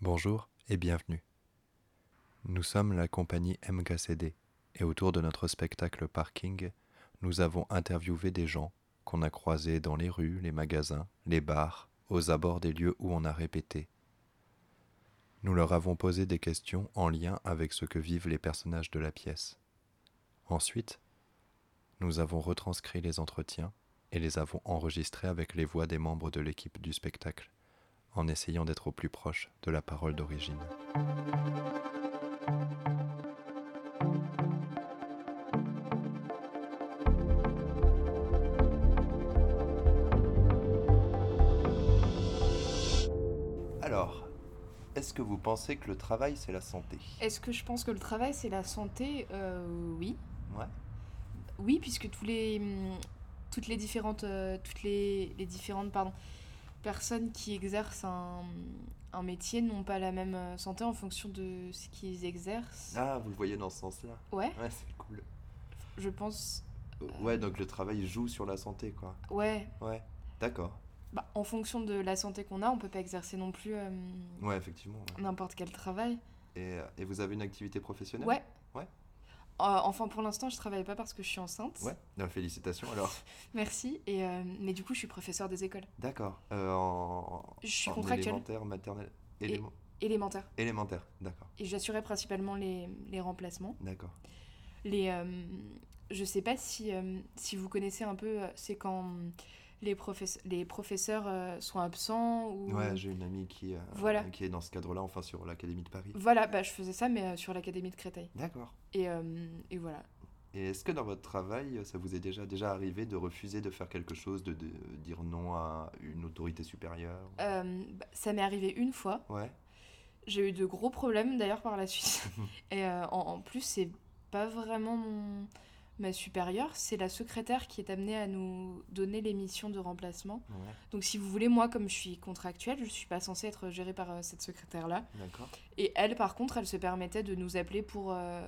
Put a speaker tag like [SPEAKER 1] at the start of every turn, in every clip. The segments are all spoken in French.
[SPEAKER 1] Bonjour et bienvenue. Nous sommes la compagnie MKCD et autour de notre spectacle Parking, nous avons interviewé des gens qu'on a croisés dans les rues, les magasins, les bars, aux abords des lieux où on a répété. Nous leur avons posé des questions en lien avec ce que vivent les personnages de la pièce. Ensuite, nous avons retranscrit les entretiens et les avons enregistrés avec les voix des membres de l'équipe du spectacle, en essayant d'être au plus proche de la parole d'origine. Alors, est-ce que vous pensez que le travail, c'est la santé
[SPEAKER 2] Est-ce que je pense que le travail, c'est la santé Euh, Oui.
[SPEAKER 1] Ouais.
[SPEAKER 2] Oui, puisque tous les, hum, toutes les différentes, euh, toutes les, les différentes pardon, personnes qui exercent un, un métier n'ont pas la même euh, santé en fonction de ce qu'ils exercent.
[SPEAKER 1] Ah, vous le voyez dans ce sens-là
[SPEAKER 2] Ouais,
[SPEAKER 1] Ouais, c'est cool.
[SPEAKER 2] je pense.
[SPEAKER 1] Euh, Ouais, donc le travail joue sur la santé, quoi.
[SPEAKER 2] Ouais,
[SPEAKER 1] Ouais, d'accord.
[SPEAKER 2] bah, en fonction de la santé qu'on a, on peut pas exercer non plus euh,
[SPEAKER 1] Ouais, effectivement. ouais.
[SPEAKER 2] n'importe quel travail.
[SPEAKER 1] Et, euh, et vous avez une activité professionnelle
[SPEAKER 2] Ouais.
[SPEAKER 1] Ouais.
[SPEAKER 2] Euh, enfin, pour l'instant, je travaille pas parce que je suis enceinte.
[SPEAKER 1] Ouais. Non, félicitations alors.
[SPEAKER 2] Merci. Et, euh, mais du coup, je suis professeur des écoles.
[SPEAKER 1] D'accord. Euh, en,
[SPEAKER 2] Je suis
[SPEAKER 1] en
[SPEAKER 2] contractuelle,
[SPEAKER 1] élémentaire, maternelle. élément-
[SPEAKER 2] élémentaire.
[SPEAKER 1] Élémentaire, d'accord.
[SPEAKER 2] Et j'assurais principalement les, les remplacements.
[SPEAKER 1] D'accord.
[SPEAKER 2] Les, euh, je sais pas si, euh, si vous connaissez un peu, euh, c'est quand euh, les, professe- les professeurs euh, sont absents ou...
[SPEAKER 1] Ouais, j'ai une amie qui, euh,
[SPEAKER 2] Voilà.
[SPEAKER 1] qui est dans ce cadre-là, enfin sur l'Académie de Paris.
[SPEAKER 2] Voilà, bah, je faisais ça, mais euh, sur l'Académie de Créteil.
[SPEAKER 1] D'accord.
[SPEAKER 2] Et, euh, et voilà.
[SPEAKER 1] Et est-ce que dans votre travail, ça vous est déjà, déjà arrivé de refuser de faire quelque chose, de, de dire non à une autorité supérieure
[SPEAKER 2] Euh, bah, ça m'est arrivé une fois.
[SPEAKER 1] Ouais,
[SPEAKER 2] J'ai eu de gros problèmes d'ailleurs par la suite. et euh, en, en plus, c'est pas vraiment mon- ma supérieure, c'est la secrétaire qui est amenée à nous donner les missions de remplacement.
[SPEAKER 1] ouais,
[SPEAKER 2] Donc si vous voulez, moi comme je suis contractuelle, je suis pas censée être gérée par euh, cette secrétaire-là.
[SPEAKER 1] d'accord.
[SPEAKER 2] Et elle par contre, elle se permettait de nous appeler pour, euh,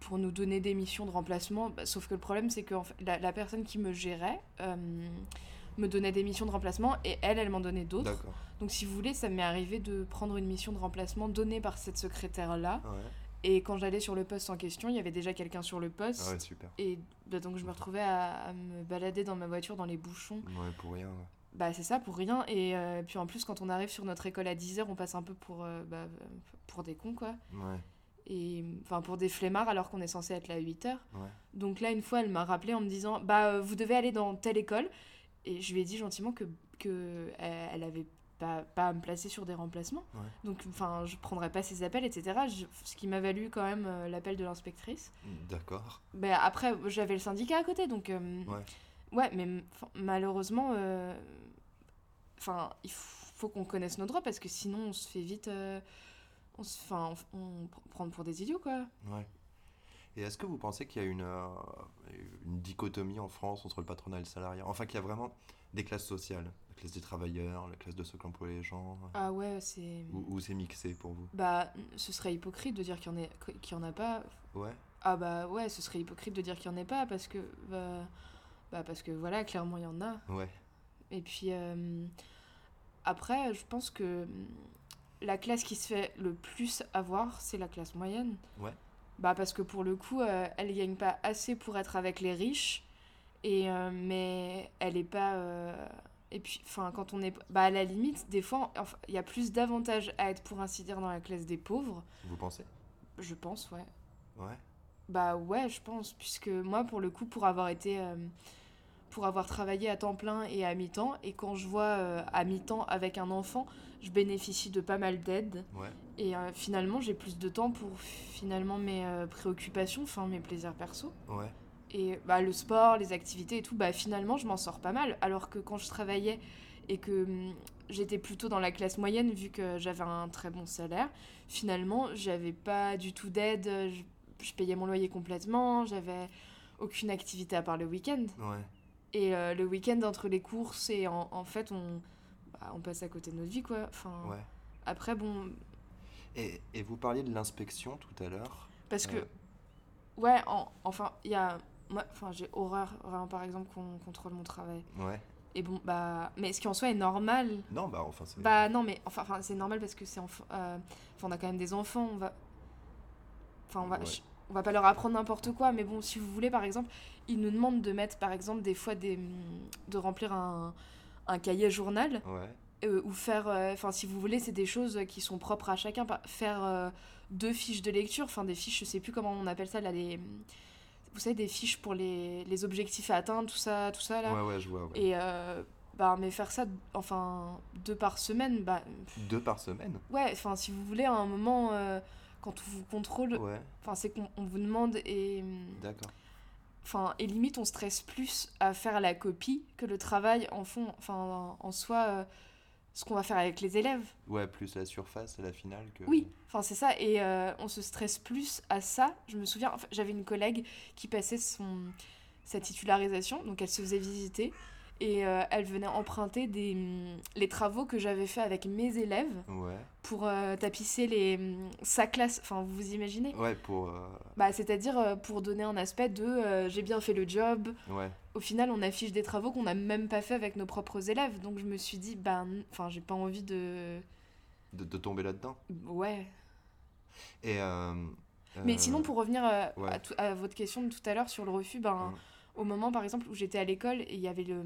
[SPEAKER 2] pour nous donner des missions de remplacement. Bah, sauf que le problème c'est que en fait, la, la personne qui me gérait euh, me donnait des missions de remplacement et elle, elle m'en donnait d'autres.
[SPEAKER 1] D'accord.
[SPEAKER 2] Donc si vous voulez, ça m'est arrivé de prendre une mission de remplacement donnée par cette secrétaire-là.
[SPEAKER 1] Ouais.
[SPEAKER 2] Et quand j'allais sur le poste en question, il y avait déjà quelqu'un sur le poste.
[SPEAKER 1] Ah ouais, super.
[SPEAKER 2] Et bah, donc je me retrouvais à- à me balader dans ma voiture, dans les bouchons.
[SPEAKER 1] Ouais, pour rien. ouais.
[SPEAKER 2] Bah c'est ça pour rien et euh, puis en plus quand on arrive sur notre école à 10h on passe un peu pour euh, bah, pour des cons quoi
[SPEAKER 1] Ouais,
[SPEAKER 2] et enfin pour des flemmards alors qu'on est censé être là à 8h.
[SPEAKER 1] ouais.
[SPEAKER 2] Donc là une fois elle m'a rappelé en me disant bah euh, vous devez aller dans telle école et je lui ai dit gentiment que que euh, elle elle avait pas, pas à me placer sur des remplacements.
[SPEAKER 1] Ouais.
[SPEAKER 2] Donc enfin je prendrais pas ses appels etc. Je- ce qui m'a valu quand même euh, l'appel de l'inspectrice.
[SPEAKER 1] D'accord.
[SPEAKER 2] Ben, après, j'avais le syndicat à côté, donc. euh,
[SPEAKER 1] Ouais.
[SPEAKER 2] ouais, mais m- 'fin, malheureusement. euh, Enfin, il f- faut qu'on connaisse nos droits parce que sinon, on se fait vite. euh, on se enfin, on f- on pr- prendre pour des idiots, quoi.
[SPEAKER 1] Ouais. Et est-ce que vous pensez qu'il y a une, euh, une dichotomie en France entre le patronat et le salariat Enfin, qu'il y a vraiment des classes sociales, la classe des travailleurs, la classe de ceux qui emploient les gens, euh,
[SPEAKER 2] Ah ouais, c'est.
[SPEAKER 1] ou, ou c'est mixé pour vous
[SPEAKER 2] Bah, ce serait hypocrite de dire qu'il y, en ait- qu'il y en a pas.
[SPEAKER 1] Ouais,
[SPEAKER 2] Ah bah ouais, ce serait hypocrite de dire qu'il n'y en ait pas parce que. Bah, bah, parce que voilà, clairement, il y en a.
[SPEAKER 1] ouais,
[SPEAKER 2] Et puis euh, après, je pense que hum, la classe qui se fait le plus avoir, c'est la classe moyenne.
[SPEAKER 1] Ouais.
[SPEAKER 2] Bah parce que pour le coup, euh, elle gagne pas assez pour être avec les riches, et euh, mais elle est pas. euh, et puis, enfin, quand on est, bah à la limite, des fois, enfin, il y a plus d'avantages à être pour ainsi dire dans la classe des pauvres,
[SPEAKER 1] vous pensez
[SPEAKER 2] je pense, ouais.
[SPEAKER 1] Ouais,
[SPEAKER 2] Bah ouais, je pense, puisque moi, pour le coup, pour avoir été... euh, pour avoir travaillé à temps plein et à mi-temps, et quand je vois euh, à mi-temps avec un enfant, je bénéficie de pas mal d'aide,
[SPEAKER 1] ouais,
[SPEAKER 2] et euh, finalement, j'ai plus de temps pour finalement mes euh, préoccupations, enfin mes plaisirs perso.
[SPEAKER 1] ouais,
[SPEAKER 2] Et bah, le sport, les activités et tout, bah, finalement, je m'en sors pas mal. Alors que quand je travaillais et que hum, j'étais plutôt dans la classe moyenne, vu que j'avais un très bon salaire, finalement, j'avais pas du tout d'aide. euh, Je, je payais mon loyer complètement, j'avais aucune activité à part le week-end.
[SPEAKER 1] ouais.
[SPEAKER 2] Et euh, le week-end, entre les courses, et en, en fait, on, bah, on passe à côté de notre vie, quoi. Enfin,
[SPEAKER 1] ouais.
[SPEAKER 2] Après, bon,
[SPEAKER 1] Et, et vous parliez de l'inspection tout à l'heure.
[SPEAKER 2] Parce que,
[SPEAKER 1] Euh.
[SPEAKER 2] ouais, en- enfin, il y a. Moi, enfin, j'ai horreur, vraiment, par exemple, qu'on contrôle mon travail.
[SPEAKER 1] Ouais,
[SPEAKER 2] Et bon, bah. Mais ce qui en soi est normal.
[SPEAKER 1] Non, bah enfin, c'est.
[SPEAKER 2] Bah non, mais enfin, enfin, c'est normal parce que c'est. enf- euh, Enfin, on a quand même des enfants, on va. Enfin, on va.
[SPEAKER 1] Ouais.
[SPEAKER 2] je- On va pas leur apprendre n'importe quoi, mais bon, si vous voulez, par exemple, ils nous demandent de mettre, par exemple, des fois, des, de remplir un, un cahier journal,
[SPEAKER 1] Ouais.
[SPEAKER 2] euh, ou faire, euh, enfin, si vous voulez, c'est des choses qui sont propres à chacun, par- faire euh, deux fiches de lecture, enfin, des fiches, je sais plus comment on appelle ça, là, les, vous savez, des fiches pour les, les objectifs à atteindre, tout ça, tout ça, là.
[SPEAKER 1] Ouais, ouais, je vois. ouais.
[SPEAKER 2] Et euh, bah, mais faire ça, enfin, deux par semaine, bah,
[SPEAKER 1] Deux par semaine
[SPEAKER 2] ouais, enfin, si vous voulez, à un moment, euh, quand on vous contrôle,
[SPEAKER 1] Ouais,
[SPEAKER 2] enfin, c'est qu'on on vous demande et.
[SPEAKER 1] d'accord.
[SPEAKER 2] Enfin, et limite, on stresse plus à faire la copie que le travail en fond, enfin, en soi, euh, ce qu'on va faire avec les élèves.
[SPEAKER 1] Ouais, plus la surface et la finale que.
[SPEAKER 2] Oui, enfin c'est ça, et euh, on se stresse plus à ça. Je me souviens, enfin, j'avais une collègue qui passait son, sa titularisation, donc elle se faisait visiter, et euh, elle venait emprunter des, hum, les travaux que j'avais fait avec mes élèves
[SPEAKER 1] Ouais.
[SPEAKER 2] pour euh, tapisser les, hum, sa classe, enfin vous vous imaginez
[SPEAKER 1] Ouais, pour. euh,
[SPEAKER 2] bah, C'est-à-dire euh, pour donner un aspect de euh, j'ai bien fait le job,
[SPEAKER 1] Ouais.
[SPEAKER 2] au final on affiche des travaux qu'on n'a même pas fait avec nos propres élèves, donc je me suis dit, ben, enfin j'ai pas envie de...
[SPEAKER 1] De, de tomber là-dedans.
[SPEAKER 2] Ouais,
[SPEAKER 1] Et. euh, euh,
[SPEAKER 2] Mais sinon, pour revenir euh,
[SPEAKER 1] ouais.
[SPEAKER 2] à, tout- à votre question de tout à l'heure sur le refus, ben,
[SPEAKER 1] Mhm.
[SPEAKER 2] au moment par exemple où j'étais à l'école et il y avait le,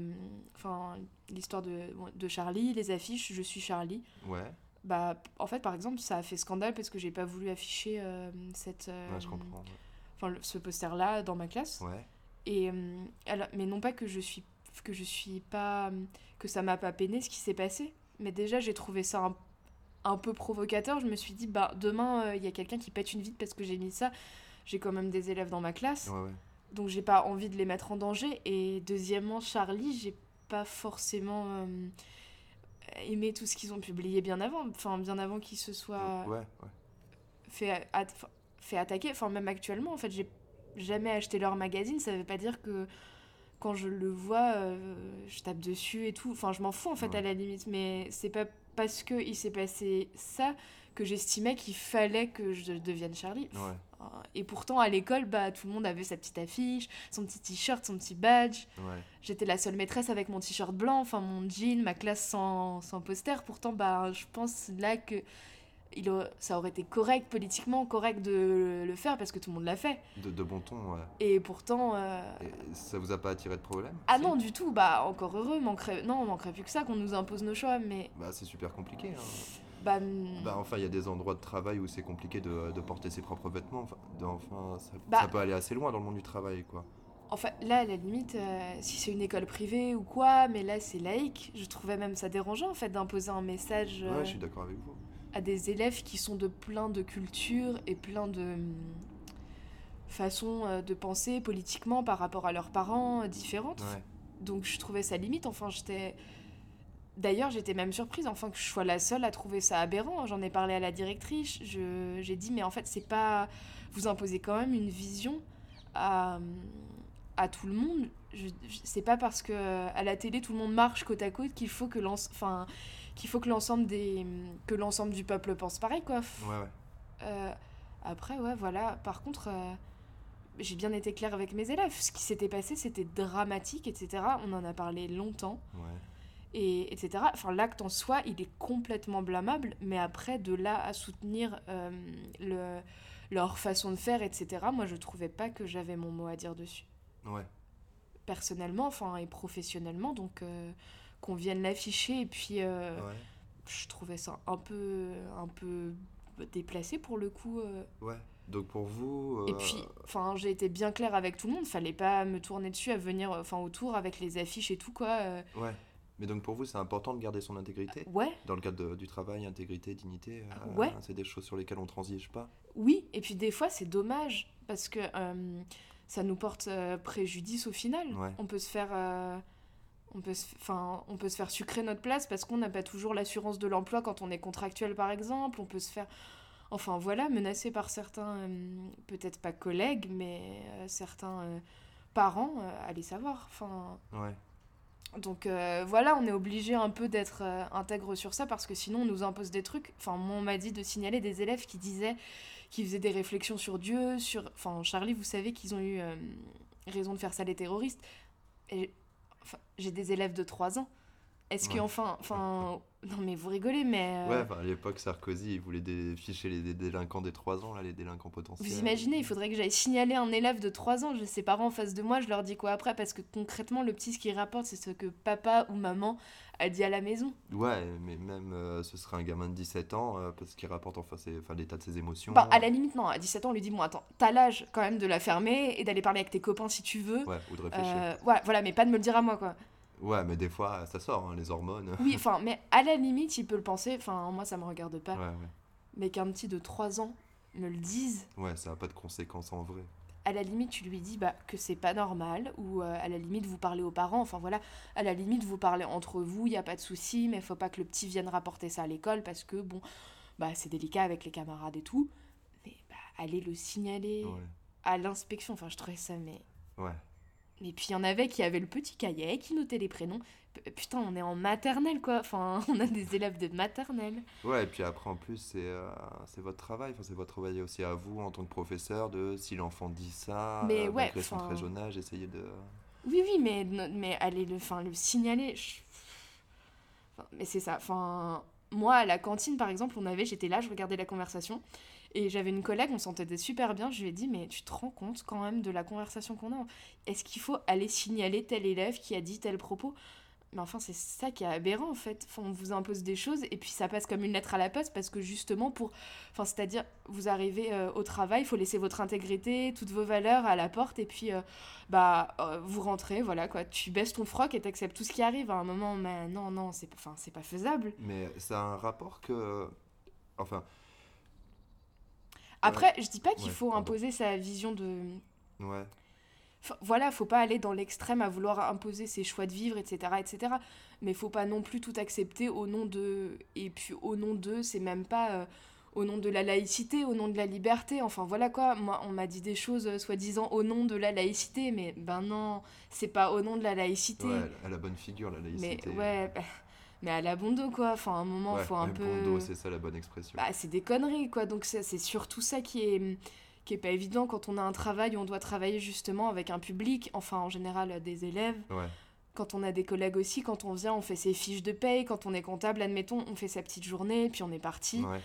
[SPEAKER 2] enfin, l'histoire de, bon, de Charlie, les affiches Je suis Charlie,
[SPEAKER 1] euh, Ouais,
[SPEAKER 2] bah, p- en fait par exemple ça a fait scandale parce que j'ai pas voulu afficher euh, cette, euh,
[SPEAKER 1] ouais, je comprends. ouais.
[SPEAKER 2] enfin, le- ce poster-là dans ma classe.
[SPEAKER 1] Ouais.
[SPEAKER 2] Et, euh, alors- mais non pas que je suis que je suis pas euh, que ça m'a pas peiné ce qui s'est passé mais déjà j'ai trouvé ça un, un peu provocateur je me suis dit bah demain euh, il y a quelqu'un qui pète une vitre parce que j'ai mis ça j'ai quand même des élèves dans ma classe
[SPEAKER 1] Ouais, ouais.
[SPEAKER 2] donc j'ai pas envie de les mettre en danger et deuxièmement Charlie j'ai pas forcément euh, aimé tout ce qu'ils ont publié bien avant enfin bien avant qu'ils se soient
[SPEAKER 1] Ouais, ouais.
[SPEAKER 2] fait, a- at- fin- fait attaquer. Enfin, même actuellement, en fait, j'ai jamais acheté leur magazine. Ça veut pas dire que quand je le vois, euh, je tape dessus et tout. Enfin, je m'en fous, en fait,
[SPEAKER 1] Ouais.
[SPEAKER 2] à la limite. Mais c'est pas parce que il s'est passé ça que j'estimais qu'il fallait que je devienne Charlie.
[SPEAKER 1] Ouais,
[SPEAKER 2] Et pourtant, à l'école, bah, tout le monde avait sa petite affiche, son petit t-shirt, son petit badge.
[SPEAKER 1] ouais.
[SPEAKER 2] J'étais la seule maîtresse avec mon t-shirt blanc, enfin mon jean, ma classe sans, sans poster. Pourtant, bah, je pense là que il, a- ça aurait été correct, politiquement correct de le faire parce que tout le monde l'a fait.
[SPEAKER 1] De, de bon ton, ouais.
[SPEAKER 2] Et pourtant. euh,
[SPEAKER 1] Et ça vous a pas attiré de problème
[SPEAKER 2] Ah
[SPEAKER 1] si
[SPEAKER 2] non, du tout, bah encore heureux, manquerait... non, on manquerait plus que ça qu'on nous impose nos choix, mais.
[SPEAKER 1] Bah, c'est super compliqué. hein.
[SPEAKER 2] Bah. hum,
[SPEAKER 1] Bah, enfin, il y a des endroits de travail où c'est compliqué de, de porter ses propres vêtements. Enfin, de- enfin ça,
[SPEAKER 2] Bah-
[SPEAKER 1] ça peut aller assez loin dans le monde du travail, quoi.
[SPEAKER 2] Enfin, là, à la limite, euh, si c'est une école privée ou quoi, mais là, c'est laïque. Je trouvais même ça dérangeant, en fait, d'imposer un message euh,
[SPEAKER 1] Ouais, je suis d'accord avec vous.
[SPEAKER 2] à des élèves qui sont de plein de cultures et plein de hum, façons euh, de penser politiquement par rapport à leurs parents euh, différentes.
[SPEAKER 1] Ouais.
[SPEAKER 2] Donc je trouvais ça limite. Enfin, j'étais. D'ailleurs, j'étais même surprise, enfin, que je sois la seule à trouver ça aberrant. J'en ai parlé à la directrice. Je- J'ai dit, mais en fait, c'est pas. Vous imposez quand même une vision à, à tout le monde. Je... je- C'est pas parce que euh, à la télé tout le monde marche côte à côte qu'il faut que l'ense- enfin, qu'il faut que l'ensemble des que l'ensemble du peuple pense pareil quoi. F-
[SPEAKER 1] Ouais, ouais.
[SPEAKER 2] euh, après, ouais, voilà. Par contre, euh, j'ai bien été claire avec mes élèves. Ce qui s'était passé, c'était dramatique, etc. On en a parlé longtemps,
[SPEAKER 1] Ouais.
[SPEAKER 2] et, etc. Enfin, l'acte en soi, il est complètement blâmable, mais après, de là à soutenir euh, le- leur façon de faire, etc., moi, je trouvais pas que j'avais mon mot à dire dessus.
[SPEAKER 1] Ouais.
[SPEAKER 2] Personnellement, enfin, et professionnellement, donc... euh, qu'on vienne l'afficher et puis euh,
[SPEAKER 1] Ouais.
[SPEAKER 2] je trouvais ça un peu un peu déplacé pour le coup euh,
[SPEAKER 1] Ouais. Donc pour vous.
[SPEAKER 2] Et
[SPEAKER 1] euh,
[SPEAKER 2] puis, enfin, j'ai été bien claire avec tout le monde. Fallait pas me tourner dessus, à venir, euh, enfin, autour avec les affiches et tout quoi. euh.
[SPEAKER 1] Ouais. Mais donc pour vous, c'est important de garder son intégrité
[SPEAKER 2] Ouais,
[SPEAKER 1] dans le cadre de- du travail, intégrité, dignité. euh,
[SPEAKER 2] Ah, ouais.
[SPEAKER 1] C'est des choses sur lesquelles on transige pas.
[SPEAKER 2] oui. Et puis des fois, c'est dommage parce que euh, ça nous porte euh, préjudice au final.
[SPEAKER 1] Ouais.
[SPEAKER 2] On peut se faire, euh, on peut, se, enfin, on peut se faire sucrer notre place parce qu'on n'a pas toujours l'assurance de l'emploi quand on est contractuel, par exemple. On peut se faire, enfin, voilà, menacé par certains, euh, peut-être pas collègues, mais euh, certains euh, parents. euh, allez savoir, enfin.
[SPEAKER 1] Ouais.
[SPEAKER 2] Donc euh, voilà, on est obligé un peu d'être euh, intègre sur ça parce que sinon on nous impose des trucs. Enfin, moi on m'a dit de signaler des élèves qui disaient, qui faisaient des réflexions sur Dieu, sur. Enfin, Charlie, vous savez qu'ils ont eu euh, raison de faire ça les terroristes. Et Enfin, j'ai des élèves de 3 ans. Est-ce que
[SPEAKER 1] Ouais.
[SPEAKER 2] enfin, enfin, non mais vous rigolez, mais euh,
[SPEAKER 1] Ouais, enfin, à l'époque, Sarkozy, il voulait dé- ficher les dé- délinquants des 3 ans, là, les délinquants potentiels.
[SPEAKER 2] vous imaginez, il faudrait que j'aille signaler un élève de 3 ans, j'ai ses parents en face de moi, je leur dis quoi après Parce que concrètement, le petit, ce qu'il rapporte, c'est ce que papa ou maman a dit à la maison.
[SPEAKER 1] Ouais, mais même euh, ce serait un gamin de 17 ans, euh, parce qu'il rapporte enfin, ses- enfin l'état de ses émotions.
[SPEAKER 2] Enfin, Bah, à la limite, non, à 17 ans, on lui dit, bon, attends, t'as l'âge quand même de la fermer et d'aller parler avec tes copains si tu veux.
[SPEAKER 1] Ouais, ou de réfléchir.
[SPEAKER 2] Euh, ouais, voilà, mais pas de me le dire à moi, quoi.
[SPEAKER 1] Ouais, mais des fois, ça sort, hein, les hormones.
[SPEAKER 2] Oui, enfin, mais à la limite, il peut le penser, enfin, moi, ça me regarde pas,
[SPEAKER 1] Ouais, ouais.
[SPEAKER 2] mais qu'un petit de 3 ans me le dise,
[SPEAKER 1] Ouais, ça a pas de conséquences en vrai.
[SPEAKER 2] à la limite, tu lui dis bah, que c'est pas normal, ou euh, à la limite, vous parlez aux parents, enfin voilà, à la limite, vous parlez entre vous, il y a pas de souci, mais faut pas que le petit vienne rapporter ça à l'école, parce que, bon, bah, c'est délicat avec les camarades et tout, mais bah, allez le signaler
[SPEAKER 1] Ouais.
[SPEAKER 2] à l'inspection, enfin, je trouvais ça, mais...
[SPEAKER 1] Ouais.
[SPEAKER 2] Et puis il y en avait qui avaient le petit cahier, qui notaient les prénoms. P- Putain, on est en maternelle quoi. Enfin, on a des élèves de maternelle.
[SPEAKER 1] Ouais, et puis après, en plus, c'est euh, c'est votre travail. Enfin, c'est votre travail aussi à vous, en tant que professeur, de si l'enfant dit ça, euh,
[SPEAKER 2] Mais ouais,
[SPEAKER 1] malgré son
[SPEAKER 2] enfin-
[SPEAKER 1] très jeune âge, essayer de.
[SPEAKER 2] Oui, oui, mais, no- mais allez le, enfin, le signaler. je- Enfin, mais c'est ça. Enfin, moi, à la cantine, par exemple, on avait, j'étais là, je regardais la conversation. Et j'avais une collègue, on s'entendait super bien. Je lui ai dit, mais tu te rends compte quand même de la conversation qu'on a Est-ce qu'il faut aller signaler tel élève qui a dit tel propos Mais enfin, c'est ça qui est aberrant en fait. Enfin, on vous impose des choses et puis ça passe comme une lettre à la poste parce que justement, pour. Enfin, c'est-à-dire, vous arrivez euh, au travail, il faut laisser votre intégrité, toutes vos valeurs à la porte et puis, euh, bah, euh, vous rentrez, voilà quoi. Tu baisses ton froc et t'acceptes tout ce qui arrive à un moment. Mais non, non, c'est enfin, c'est pas faisable.
[SPEAKER 1] Mais ça a un rapport que. Enfin,
[SPEAKER 2] Après, je dis pas qu'il
[SPEAKER 1] Ouais,
[SPEAKER 2] faut
[SPEAKER 1] pardon.
[SPEAKER 2] imposer sa vision de.
[SPEAKER 1] ouais.
[SPEAKER 2] Enfin, voilà, faut pas aller dans l'extrême à vouloir imposer ses choix de vivre, etc., etc. Mais faut pas non plus tout accepter au nom de. Et puis au nom de, c'est même pas euh, au nom de la laïcité, au nom de la liberté. Enfin voilà quoi. Moi, on m'a dit des choses euh, soi-disant au nom de la laïcité, mais ben non, c'est pas au nom de la laïcité.
[SPEAKER 1] Ouais, elle a la bonne figure, la
[SPEAKER 2] mais
[SPEAKER 1] laïcité.
[SPEAKER 2] ouais, bah, mais à la bondo quoi. Enfin, à un moment,
[SPEAKER 1] Ouais,
[SPEAKER 2] faut un
[SPEAKER 1] mais
[SPEAKER 2] peu.
[SPEAKER 1] bon dos, c'est ça la bonne expression.
[SPEAKER 2] Bah, c'est des conneries, quoi. Donc, c'est c'est surtout ça qui est, qui est pas évident quand on a un travail où on doit travailler justement avec un public, enfin, en général, euh, des élèves.
[SPEAKER 1] Ouais,
[SPEAKER 2] Quand on a des collègues aussi, quand on vient, on fait ses fiches de paye. Quand on est comptable, admettons, on fait sa petite journée, puis on est parti.
[SPEAKER 1] ouais.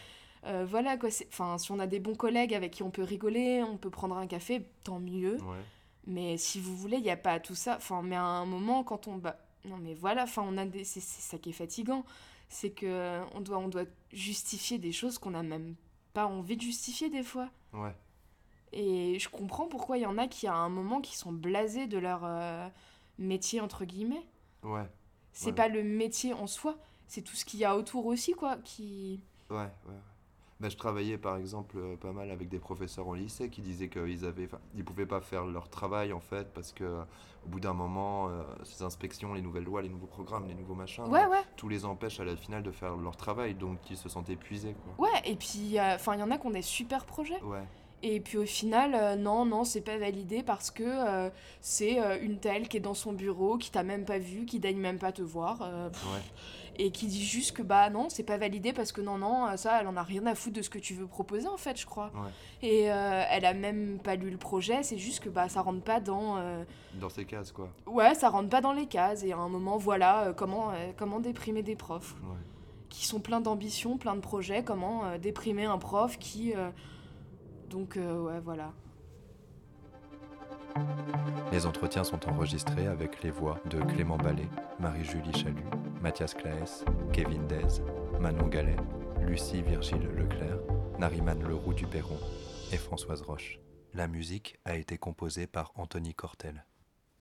[SPEAKER 2] Euh, voilà, quoi. c'est- Enfin, si on a des bons collègues avec qui on peut rigoler, on peut prendre un café, tant mieux.
[SPEAKER 1] Ouais.
[SPEAKER 2] Mais si vous voulez, il n'y a pas tout ça. Enfin, mais à un moment, quand on. Bah, non, mais voilà, enfin, on a des... c'est c'est ça qui est fatigant. C'est que euh, on doit, on doit justifier des choses qu'on n'a même pas envie de justifier des fois.
[SPEAKER 1] Ouais.
[SPEAKER 2] Et je comprends pourquoi il y en a qui, à un moment, qui sont blasés de leur euh, métier, entre guillemets.
[SPEAKER 1] Ouais.
[SPEAKER 2] C'est
[SPEAKER 1] Ouais.
[SPEAKER 2] pas le métier en soi, c'est tout ce qu'il y a autour aussi, quoi. Qui...
[SPEAKER 1] Ouais, ouais. ouais. Bah, je travaillais par exemple euh, pas mal avec des professeurs en lycée qui disaient qu'ils avaient, enfin, ils pouvaient pas faire leur travail en fait parce que euh, au bout d'un moment, euh, ces inspections, les nouvelles lois, les nouveaux programmes, les nouveaux machins,
[SPEAKER 2] Ouais, ouais.
[SPEAKER 1] tout les empêche à la finale de faire leur travail, donc ils se sentent épuisés quoi.
[SPEAKER 2] Ouais, et puis, enfin, il y en a qui ont des super projets.
[SPEAKER 1] Ouais,
[SPEAKER 2] Et puis au final, euh, non, non, c'est pas validé parce que euh, c'est euh, une telle qui est dans son bureau, qui t'a même pas vu, qui daigne même pas te voir, euh, pff,
[SPEAKER 1] ouais,
[SPEAKER 2] et qui dit juste que bah non, c'est pas validé parce que non, non, euh, ça, elle en a rien à foutre de ce que tu veux proposer en fait, je crois.
[SPEAKER 1] Ouais.
[SPEAKER 2] Et euh, elle a même pas lu le projet, c'est juste que bah ça rentre pas dans. euh,
[SPEAKER 1] dans ces cases quoi.
[SPEAKER 2] Ouais, ça rentre pas dans les cases, et à un moment, voilà, euh, comment, euh, comment déprimer des profs
[SPEAKER 1] Ouais,
[SPEAKER 2] qui sont pleins d'ambition, pleins de projets, comment euh, déprimer un prof qui. euh, Donc, euh, ouais, voilà.
[SPEAKER 1] Les entretiens sont enregistrés avec les voix de Clément Ballet, Marie-Julie Chalut, Mathias Claes, Kevin Dez, Manon Gallet, Lucie Virgile Leclerc, Nariman Leroux Duperron et Françoise Roche. La musique a été composée par Anthony Cortel.